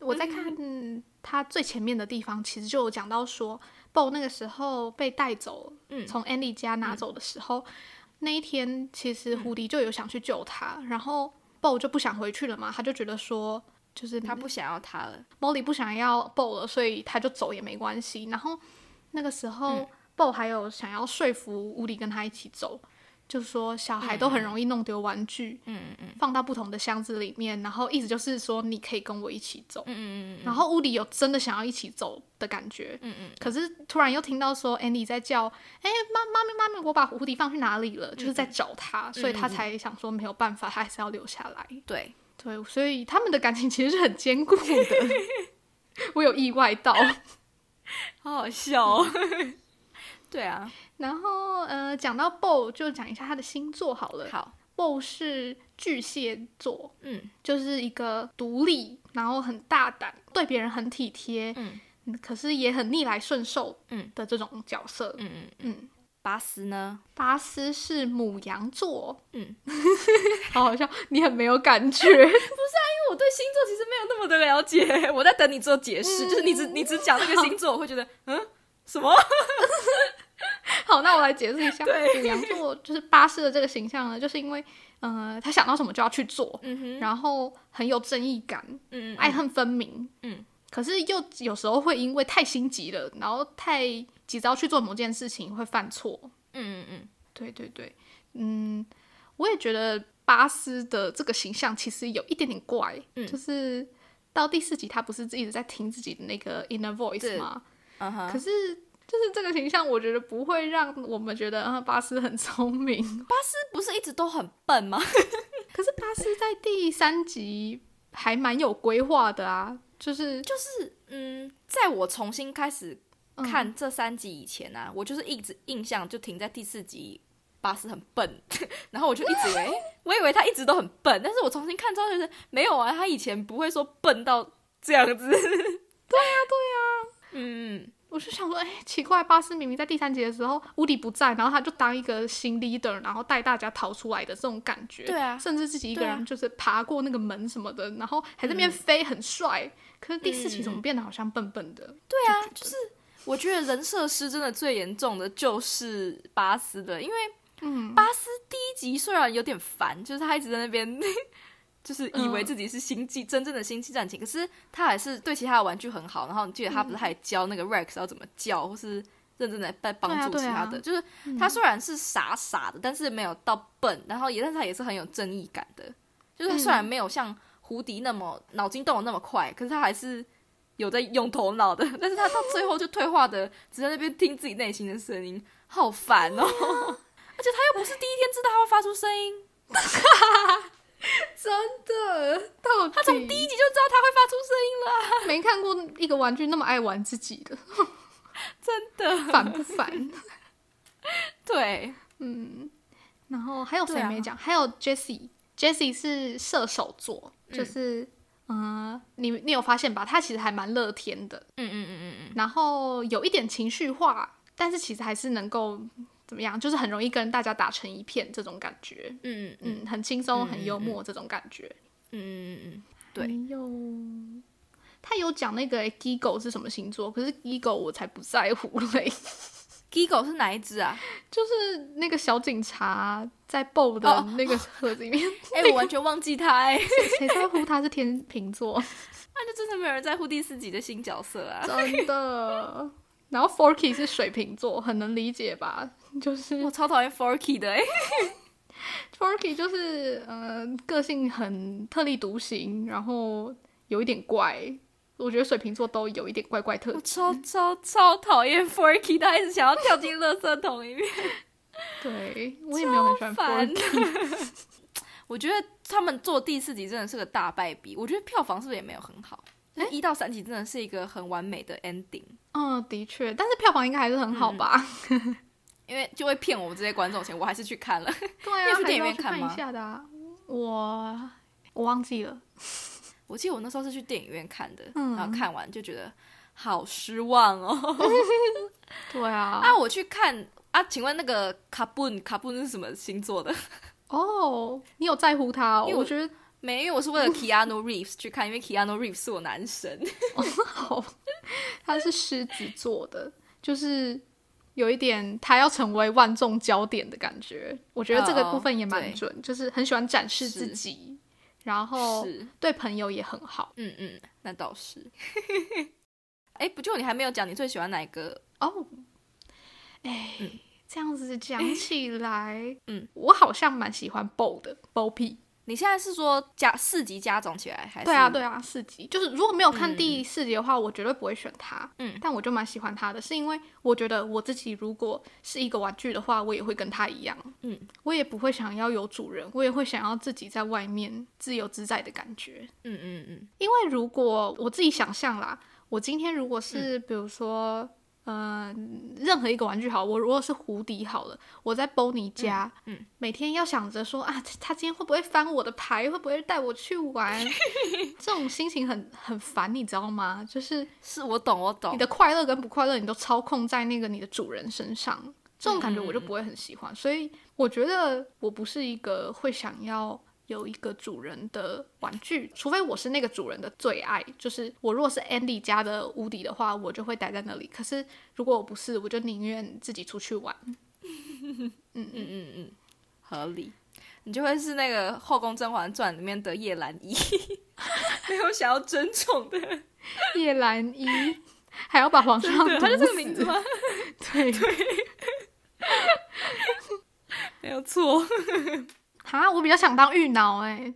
S3: 我在看
S2: 嗯
S3: 他最前面的地方，其实就有讲到说，Bo 那个时候被带走，
S2: 嗯嗯
S3: 从 Andy 家拿走的时候，那一天其实胡迪就有想去救他，然后 Bo 就不想回去了嘛，他就觉得说。就是
S2: 他不想要他了。
S3: Molly 不想要 Bo 了，所以他就走也没关系。然后那个时候、Bo 还有想要说服乌里跟他一起走，就说小孩都很容易弄丢玩具，嗯嗯，放到不同的箱子里面，然后意思就是说你可以跟我一起走，嗯嗯嗯。然后乌里有真的想要一起走的感觉，嗯嗯。可是突然又听到说 Andy 在叫，哎、妈妈咪妈咪，我把蝴蝶放去哪里了？就是在找他，所以他才想说没有办法，他还是要留下来。
S2: 对，
S3: 对，所以他们的感情其实是很坚固 的。我有意外到，
S2: 好好笑、哦。 对啊，
S3: 然后呃，讲到 Bo 就讲一下他的星座好了。
S2: 好，
S3: Bo 是巨蟹座，
S2: 嗯
S3: 就是一个独立，然后很大胆，对别人很体贴，
S2: 嗯
S3: 嗯可是也很逆来顺受，
S2: 嗯
S3: 的这种角色。
S2: 嗯嗯，
S3: 嗯，
S2: 巴斯呢？
S3: 巴斯是母羊座，
S2: 嗯，
S3: 好好笑，你很没有感觉。
S2: 我对星座其实没有那么的了解，我在等你做解释。就是你只你只讲那个星座，我会觉得嗯什么？
S3: 好，那我来解释一下，
S2: 对
S3: 母羊座就是巴士的这个形象呢，就是因为，呃，他想到什么就要去做，
S2: 嗯哼，
S3: 然后很有正义感，
S2: 嗯嗯
S3: 爱恨分明，
S2: 嗯，
S3: 可是又有时候会因为太心急了，然后太急着要去做某件事情会犯错，
S2: 嗯嗯嗯，
S3: 对对对，嗯，我也觉得巴斯的这个形象其实有一点点怪，
S2: 嗯
S3: 就是到第四集他不是一直在听自己的那个 inner
S2: 对
S3: voice 吗？
S2: 嗯哼。
S3: 可是就是这个形象，我觉得不会让我们觉得啊、巴斯很聪明。
S2: 巴斯不是一直都很笨吗？
S3: 可是巴 斯在第三集还蛮有规划的啊，就是
S2: 就是嗯，在我重新开始
S3: 嗯
S2: 看这三集以前啊，我就是一直印象就停在第四集，巴斯很笨， 然后我就一直以为，诶我以为他一直都很笨，但是我重新看之后就是没有啊，他以前不会说笨到这样子。 对呀、对呀、嗯，
S3: 我就想说，哎、奇怪，巴斯明明在第三集的时候乌迪不在，然后他就当一个新 leader，然后带大家逃出来的这种感觉，
S2: 对啊
S3: 甚至自己一个
S2: 对啊
S3: 人就是爬过那个门什么的，然后还在那边飞，很帅。可是第四集
S2: 嗯
S3: 怎么变得好像笨笨的？
S2: 对啊，就是我觉得人设失真的最严重的就是巴斯的，因为
S3: 嗯，
S2: 巴斯第一集虽然有点烦，就是他一直在那边， 就是以
S3: 嗯
S2: 为自己是星际、真正的星际战情，可是他还是对其他的玩具很好。然后你记得他
S3: 嗯
S2: 不是还教那个 Rex 要怎么叫，或是认真的在帮助
S3: 对啊
S2: 其
S3: 对啊
S2: 他的。就是他虽然是傻傻的，但是没有到笨，然后也但是他也是很有正义感的。就是他虽然没有像胡迪那么脑筋动得那么快，可是他还是。有在用头脑的， 但是他到最后就退化的，只在那边听自己内心的声音，好烦 哦。而且他又不是第一天知道他会发出声音，
S3: 真的，到底
S2: 他从第一集就知道他会发出 声
S3: 没看过一个玩具那么爱玩自己的，
S2: 音了。真的，
S3: 烦不烦？
S2: 对，
S3: 嗯，然后还有
S2: 对
S3: 谁
S2: 啊
S3: 没讲？还有 Jessie，Jessie 是射手座，就是嗯、呃你你有发现吧？他其实还蛮乐天的，
S2: 嗯嗯嗯嗯
S3: 然后有一点情绪化，但是其实还是能够怎么样，就是很容易跟大家打成一片这种感觉。
S2: 嗯嗯嗯
S3: 嗯，很轻松，很幽默这种感觉。
S2: 嗯嗯对
S3: 还有他有讲那个哎 Gigo 是什么星座，可是 Gigo 我才不在乎嘞。
S2: ，Gigo 是哪一只啊？
S3: 就是那个小警察在 BO 的
S2: 哦
S3: 那个盒子里面，
S2: 哎、我完全忘记他哎、
S3: 谁在乎他是天秤座？
S2: 那就真的没有人在乎第四集的新角色啊！
S3: 真的。然后 Forky 是水瓶座，很能理解吧？就是
S2: 我超讨厌 Forky 的、欸，
S3: Forky 就是呃，个性很特立独行，然后有一点怪。我觉得水瓶座都有一点怪怪特
S2: 我
S3: 质。
S2: 超超超讨厌 Forky，他一直想要跳进垃圾桶 里面。
S3: 对，我也没有很喜欢
S2: 超烦
S3: Forky。
S2: 我觉得他们做第四集真的是个大败笔，我觉得票房是不是也没有很好？就是一到三集真的是一个很完美的 ending，
S3: 嗯，的确，但是票房应该还是很好吧？
S2: 嗯因为就会骗我们这些观众钱，我还是去看了。
S3: 对
S2: 你
S3: 啊，
S2: 有去电影
S3: 还
S2: 院
S3: 是
S2: 看
S3: 要去
S2: 吗
S3: 看一下的、啊。我我忘记了，
S2: 我记得我那时候是去电影院看的，
S3: 嗯
S2: 然后看完就觉得好失望哦。
S3: 对啊，
S2: 啊，我去看啊，请问那个卡布卡布是什么星座的？
S3: 哦，你有在乎他、哦？
S2: 因为我
S3: 我觉得
S2: 没，因为我是为了 Keanu Reeves 去看，因为 Keanu Reeves 是我男神。
S3: 好，他是狮子座的，就是有一点他要成为万众焦点的感觉。我觉得这个
S2: 哦
S3: 部分也蛮
S2: 对
S3: 准就是很喜欢展示
S2: 是
S3: 自己，然后
S2: 是，
S3: 对朋友也很好。
S2: 嗯嗯，那倒是。 哎、不就你还没有讲你最喜欢哪一个？
S3: 哦，哎、
S2: 嗯哎
S3: 这样子讲起来，
S2: 嗯，
S3: 我好像蛮喜欢 BO 的 BO P。
S2: 你现在是说加四级加总起来还是？
S3: 对啊，对啊，四集就是如果没有
S2: 嗯
S3: 看
S2: 嗯
S3: 第四集的话，我绝对不会选他。
S2: 嗯
S3: 但我就蛮喜欢他的，是因为我觉得我自己如果是一个玩具的话，我也会跟他一样。
S2: 嗯，
S3: 我也不会想要有主人，我也会想要自己在外面自由自在的感觉。
S2: 嗯嗯嗯，
S3: 因为如果我自己想象啦，我今天如果是比如说。嗯、任何一个玩具好，我如果是胡迪好了，我在 Bonnie 家，
S2: 嗯嗯
S3: 每天要想着说啊，他今天会不会翻我的牌，会不会带我去 玩，这种心情很很烦，你知道吗？就是
S2: 是我懂我懂
S3: 你。的快乐跟不快乐，你都操控在那个你的主人身上，这种感觉
S2: 嗯嗯
S3: 我就不会很喜欢。所以我觉得我不是一个会想要有一个主人的玩具，除非我是那个主人的最爱。就是我如果是 Andy 家的屋底的话，我就会待在那里。可是如果我不是，我就宁愿自己出去 玩。
S2: 嗯嗯嗯，合理。你就会是那个《后宫甄嬛传》里面的叶澜依， 没有想要争宠的人，
S3: 叶澜依还要把皇上
S2: 对，他就
S3: 毒
S2: 这个名字
S3: 死
S2: 吗？
S3: 对。
S2: 没有错。
S3: 哈，我比较想当玉娆哎、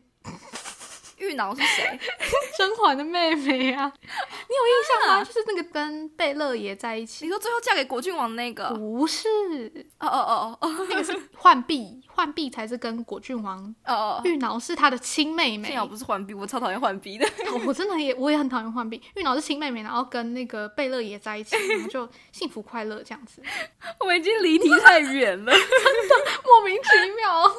S2: 玉娆是谁？
S3: 甄嬛的妹妹啊，你有印象吗？就是那个跟贝勒爷在一
S2: 你
S3: 起，
S2: 说最后嫁给国郡王的那个？哦
S3: 不是
S2: 哦哦哦哦
S3: 那个是浣碧，浣碧才是跟果郡王，
S2: 哦哦！
S3: 玉娆是他的亲妹妹
S2: 幸。好不是浣碧，我超讨厌浣碧的。
S3: 哦 我真的也我也很讨厌浣碧，玉娆是亲妹妹，然后跟那个贝勒爷在一起，然后就幸福快乐这样 子，
S2: 我们已经离题太远了。
S3: 莫名其妙。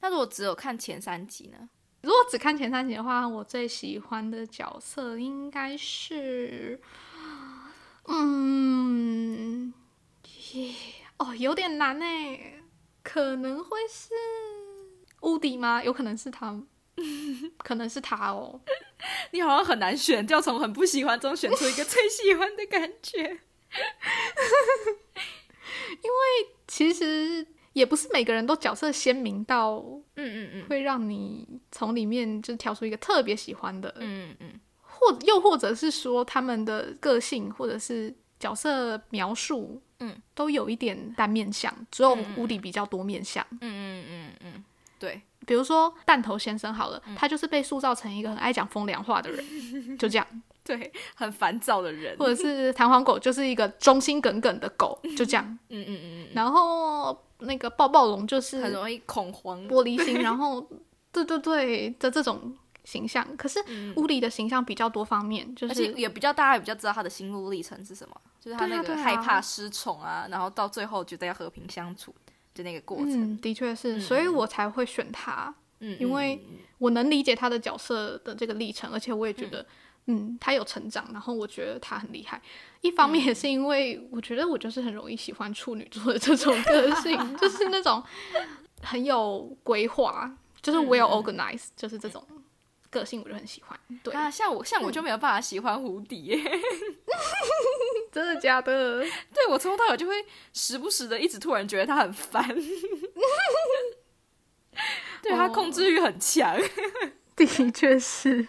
S2: 那如果只有看前三集呢？
S3: 如果只看前三集的话，我最喜欢的角色应该是，嗯，耶哦，有点难呢，可能会是乌迪吗？有可能是他，哦 可能是他哦。
S2: 你好像很难选，就要从很不喜欢中选出一个最喜欢的感觉。
S3: 其实也不是每个人都角色鲜明到
S2: 嗯嗯嗯
S3: 会让你从里面就挑出一个特别喜欢的，
S2: 嗯嗯
S3: 或又或者是说他们的个性或者是角色描述，
S2: 嗯，
S3: 都有一点单面相，只有
S2: 嗯嗯
S3: 无敌比较多面相。
S2: 嗯嗯嗯嗯，对，嗯
S3: 比如说弹头先生好了，他就是被塑造成一个很爱讲风凉话的人，就这样；
S2: 对，很烦躁的人。
S3: 或者是弹簧狗就是一个忠心耿耿的狗，就这样。
S2: 嗯嗯嗯
S3: 然后那个暴暴龙就
S2: 嗯，很
S3: 是
S2: 容易恐慌。
S3: 玻璃心，然后对对对的这种形象。可是
S2: 嗯，
S3: 乌迪的形象比较多方面，就
S2: 而且
S3: 是
S2: 也比较大家也比较知道他的心路历程是什么，就是他
S3: 对啊
S2: 那个
S3: 对啊
S2: 害怕失宠啊，然后到最后觉得要和平相处的那个过程。
S3: 嗯，的确是，
S2: 嗯
S3: 所以我才会选他。
S2: 嗯，
S3: 因为
S2: 嗯嗯
S3: 我能理解他的角色的这个历程，而且我也觉得，嗯他有成长，然后我觉得他很厉害。一方面也
S2: 嗯
S3: 是因为我觉得我就是很容易喜欢处女座的这种个 性，就是那种很有规划，就是我有
S2: 嗯嗯
S3: organize，、就是这种个性我就很喜欢。对，
S2: 啊，像我像我就没有办法喜欢胡迪耶，
S3: 真的假的？
S2: 对我从头到尾就会时不时的一直突然觉得他很
S3: 哦
S2: 烦。对他控制欲很强，
S3: 的确是，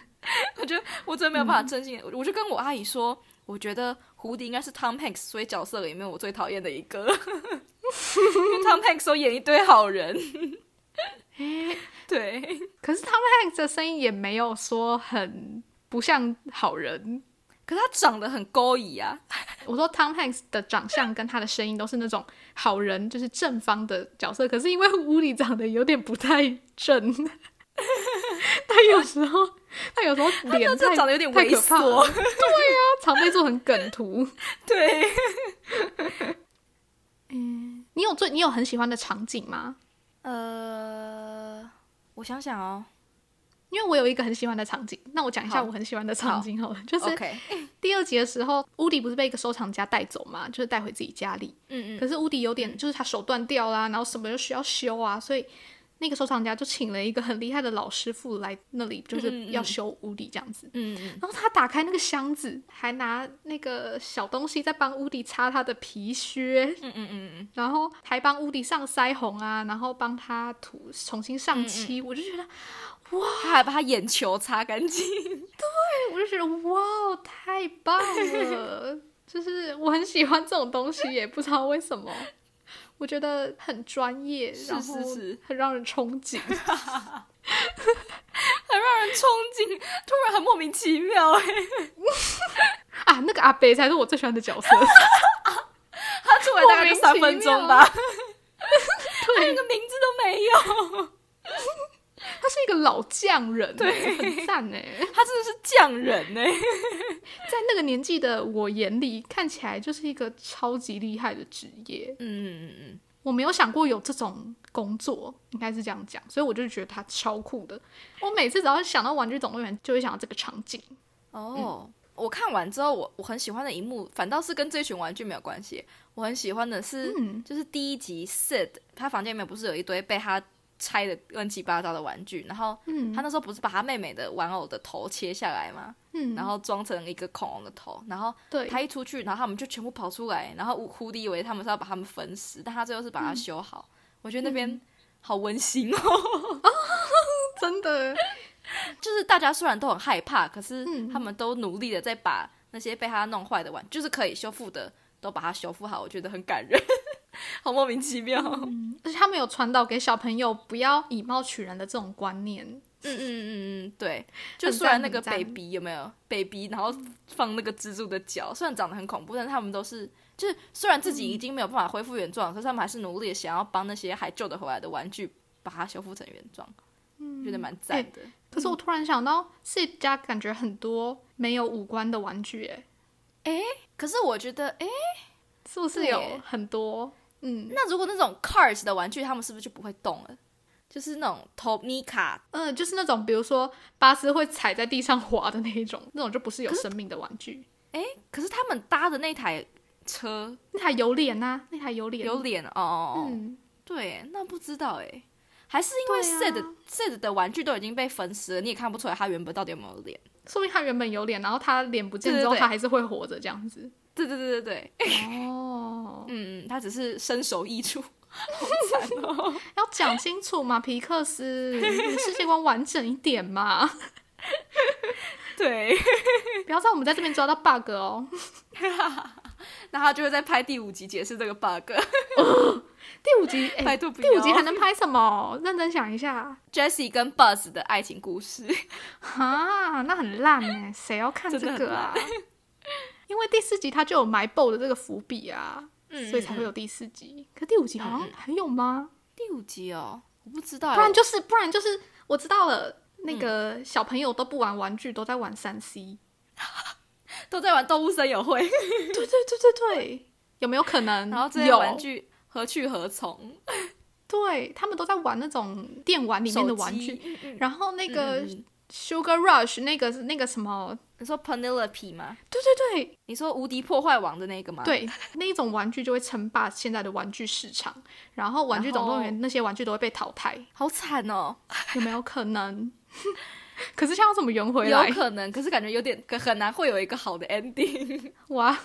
S2: 我觉得我真的没有办法正经，我就跟我阿姨说，我觉得胡迪应该是 Tom Hanks 所以角色里面我最讨厌的一个 因为，Tom Hanks 都演一堆好 人，对，
S3: 可是 Tom Hanks 的声音也没有说很不像好人。
S2: 可是他长得很勾引啊，
S3: 我说 Tom Hanks 的长相跟他的声音都是那种好人，就是正方的角色。可是因为乌里长得有点不太正， 他有时候他有时候脸
S2: 这
S3: 太
S2: 长得有点
S3: 太
S2: 猥
S3: 可怕了，
S2: 琐，
S3: 他常被做成梗图。
S2: 对。
S3: 你有最你有很喜欢的场景吗？
S2: 呃，我想想哦
S3: 因为我有一个很喜欢的场景，那我讲一下
S2: 好
S3: 我很喜欢的场景好了，就是
S2: ，OK，
S3: 第二集的时候，乌迪不是被一个收藏家带走嘛，就是带回自己家里。
S2: 嗯嗯，
S3: 可是乌迪有点，就是他手断掉啦，然后什么又需要修啊，所以那个收藏家就请了一个很厉害的老师傅来那里，就
S2: 嗯嗯
S3: 是
S2: 嗯
S3: 要修乌迪这样子。
S2: 嗯嗯，
S3: 然后他打开那个箱子，还拿那个小东西在帮乌迪擦他的皮靴，
S2: 嗯嗯嗯
S3: 然后还帮乌迪上腮红啊，然后帮他涂重新上漆。我就觉得，
S2: 嗯，他还把他眼球擦干净，
S3: 哎我就觉得哇，哦太棒了！ 就是我很喜欢这种东西耶，也不知道为什么，我觉得很专业，
S2: 是
S3: 然后
S2: 是是
S3: 很让人憧憬。
S2: 很让人憧憬，突然很莫名其妙哎、
S3: 啊，那个阿北才是我最喜欢的角色。
S2: 他出来大概就三分钟吧，
S3: 对
S2: 一，个名字都没有，
S3: 他是一个老匠人，对，很赞哎。
S2: 他真的是匠人哎、
S3: 在那个年纪的我眼里，看起来就是一个超级厉害的职业。
S2: 嗯嗯嗯，
S3: 我没有想过有这种工作，应该是这样讲，所以我就觉得他超酷的。我每次只要想到《玩具总动员》，就会想到这个场景。嗯
S2: 哦。我看完之后，我我很喜欢的一幕，反倒是跟这群玩具没有关系。我很喜欢的是，
S3: 嗯
S2: 就是第一集 Sid 他房间里面不是有一堆被他拆的乱七八糟的玩具，然后
S3: 嗯
S2: 他那时候不是把他妹妹的玩偶的头切下来吗？
S3: 嗯，
S2: 然后装成一个恐龙的头，然后
S3: 对，
S2: 他一出去，然后他们就全部跑出来，然后胡胡迪以为他们是要把他们分尸，但他最后是把
S3: 嗯
S2: 它修好。我觉得那边好温馨哦，
S3: 真的，
S2: 就是大家虽然都很害怕，可是
S3: 嗯
S2: 他们都努力的在把那些被他弄坏的玩，就是可以修复的，都把它修复好，我觉得很感人， 好莫名其妙。嗯
S3: 而且他们有传导给小朋友不要以貌取人的这种观念。
S2: 嗯嗯嗯，对，就
S3: 很
S2: 虽然
S3: 赞
S2: 那个
S3: 很赞
S2: baby 有没有 baby，然后放那个蜘蛛的脚，虽然长得很恐怖，但是他们都是就是虽然自己已经没有办法恢复原状，可是他们还是努力地想要帮那些还救得回来的玩具把它修复成原状，
S3: 嗯
S2: 觉得蛮
S3: 哎
S2: 赞的。
S3: 可是我突然想到，世家感觉很多没有五官的玩具，哎，
S2: 可是我觉得，哎，
S3: 是不是
S2: 对
S3: 有很多？嗯
S2: 那如果那种 cars 的玩具，他们是不是就不会动了？就是那种头尼卡，
S3: 嗯、呃就是那种比如说巴斯会踩在地上滑的那一种，那种就不是有生命的玩具。
S2: 可是他们搭的那台车
S3: 那台有脸呐、那台有脸，
S2: 有脸哦哦，哦
S3: 嗯，
S2: 对，那不知道哎，还是因为
S3: 对啊
S2: Sid、Sid 的玩具都已经被分尸了，你也看不出来他原本到底有没有脸。
S3: 说明他原本有脸，然后他脸不见
S2: 对对
S3: 之后，
S2: 对
S3: 他还是会活着这样子。
S2: 对对对对对，
S3: 哦，
S2: 嗯嗯，他只是身首异处。 哦
S3: 要讲清楚嘛，皮克斯，你的世界观完整一点嘛，
S2: 对，
S3: 不要让我们在这边抓到 bug 哦。
S2: 那他就会在拍第五集解释这个 bug。
S3: 第五集，哎、
S2: 拜托不
S3: 第
S2: 要。
S3: 五集还能拍什么？认真想一下，
S2: Jesse 跟 Buzz 的爱情故事。
S3: 哈，那很烂哎，谁要看这
S2: 真的
S3: 个啊？ 因为第四集他就有埋 BO 的这个伏笔啊，
S2: 嗯
S3: 所以才会有第四集。可第五集好像还有吗？
S2: 第五集哦，我不知道
S3: 不然
S2: 哎。
S3: 就是，不然就是，我知道了。
S2: 嗯
S3: 那个小朋友都不玩玩具，都在玩三 C。
S2: 都在玩动物森友会，
S3: 对对对对对，有没有可能？
S2: 然后这些
S3: 有
S2: 玩具何去何从？
S3: 对他们都在玩那种电玩里面的玩
S2: 手
S3: 具。
S2: 机。嗯嗯
S3: 然后那个
S2: 嗯嗯
S3: Sugar Rush 那个那个什么，
S2: 你说 Penelope 吗？
S3: 对对对，
S2: 你说无敌破坏王的那个吗？，
S3: 对，那一种玩具就会称霸现在的玩具市场，然后《玩具总动员
S2: 然》
S3: 那些玩具都会被淘汰，
S2: 好惨哦。
S3: 有没有可能？ 可是现在要怎么圆回来
S2: 有？可能，可是感觉有点可很难会有一个好的 ending。
S3: 哇，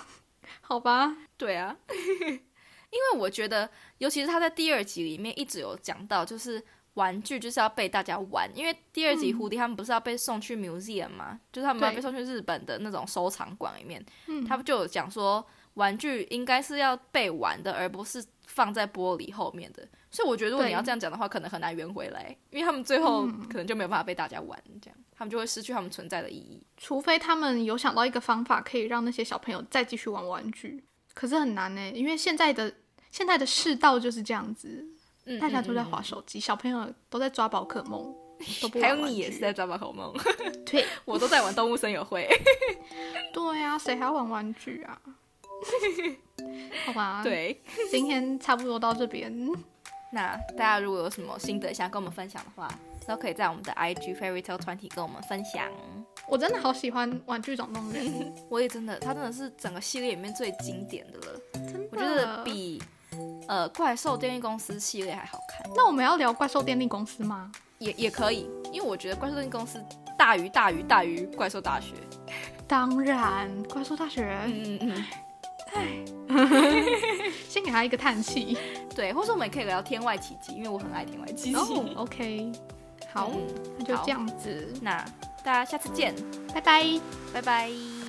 S3: 好吧，
S2: 对啊， 因为我觉得，尤其是他在第二集里面一直有讲到，就是玩具就是要被大家玩，因为第二集蝴蝶他们不是要被送去 museum 嘛，就是他们要
S3: 嗯对嗯
S2: 被送去日本的那种收藏馆里面，他们就有讲说玩具应该是要被玩的，而不是放在玻璃后面的。所以我觉得如果你
S3: 对
S2: 要这样讲的话，可能很难圆回来，因为他们最后
S3: 嗯
S2: 可能就没有办法被大家玩，这样他们就会失去他们存在的意义。
S3: 除非他们有想到一个方法，可以让那些小朋友再继续玩玩具，可是很难呢、欸因为现在的现在的世道就是这样子，
S2: 嗯，
S3: 大家都在
S2: 嗯，
S3: 划手机，小朋友都在抓宝可梦，都不
S2: 嗯还有
S3: 玩玩
S2: 你也
S3: 具
S2: 是在抓宝可梦，
S3: 对
S2: 我都在玩动物森友会。
S3: 对呀、谁还玩玩具 啊？好吧，，
S2: 对，
S3: 今天差不多到这边，
S2: 那大家如果有什么心得想跟我们分享的话，都可以在我们的 IG Fairy Tale 团体跟我们分享。
S3: 我真的好喜欢《玩具总动员》，
S2: 我也真的，它真的是整个系列里面最经典的了，
S3: 真的。
S2: 我觉得比呃怪兽电力公司系列还好看，
S3: 那我们要聊怪兽电力公司吗？
S2: 也也可以，因为我觉得怪兽电力公司大于大于大于怪兽大学。
S3: 当然，怪兽大学，
S2: 嗯嗯嗯，
S3: 先给他一个叹 气。
S2: 对，或者我们也可以聊天外奇迹，因为我很爱天外奇迹。
S3: 哦、o k 好，
S2: 嗯
S3: 那就
S2: 好
S3: 这样子，
S2: 那大家下次见，
S3: 拜拜。
S2: 拜拜。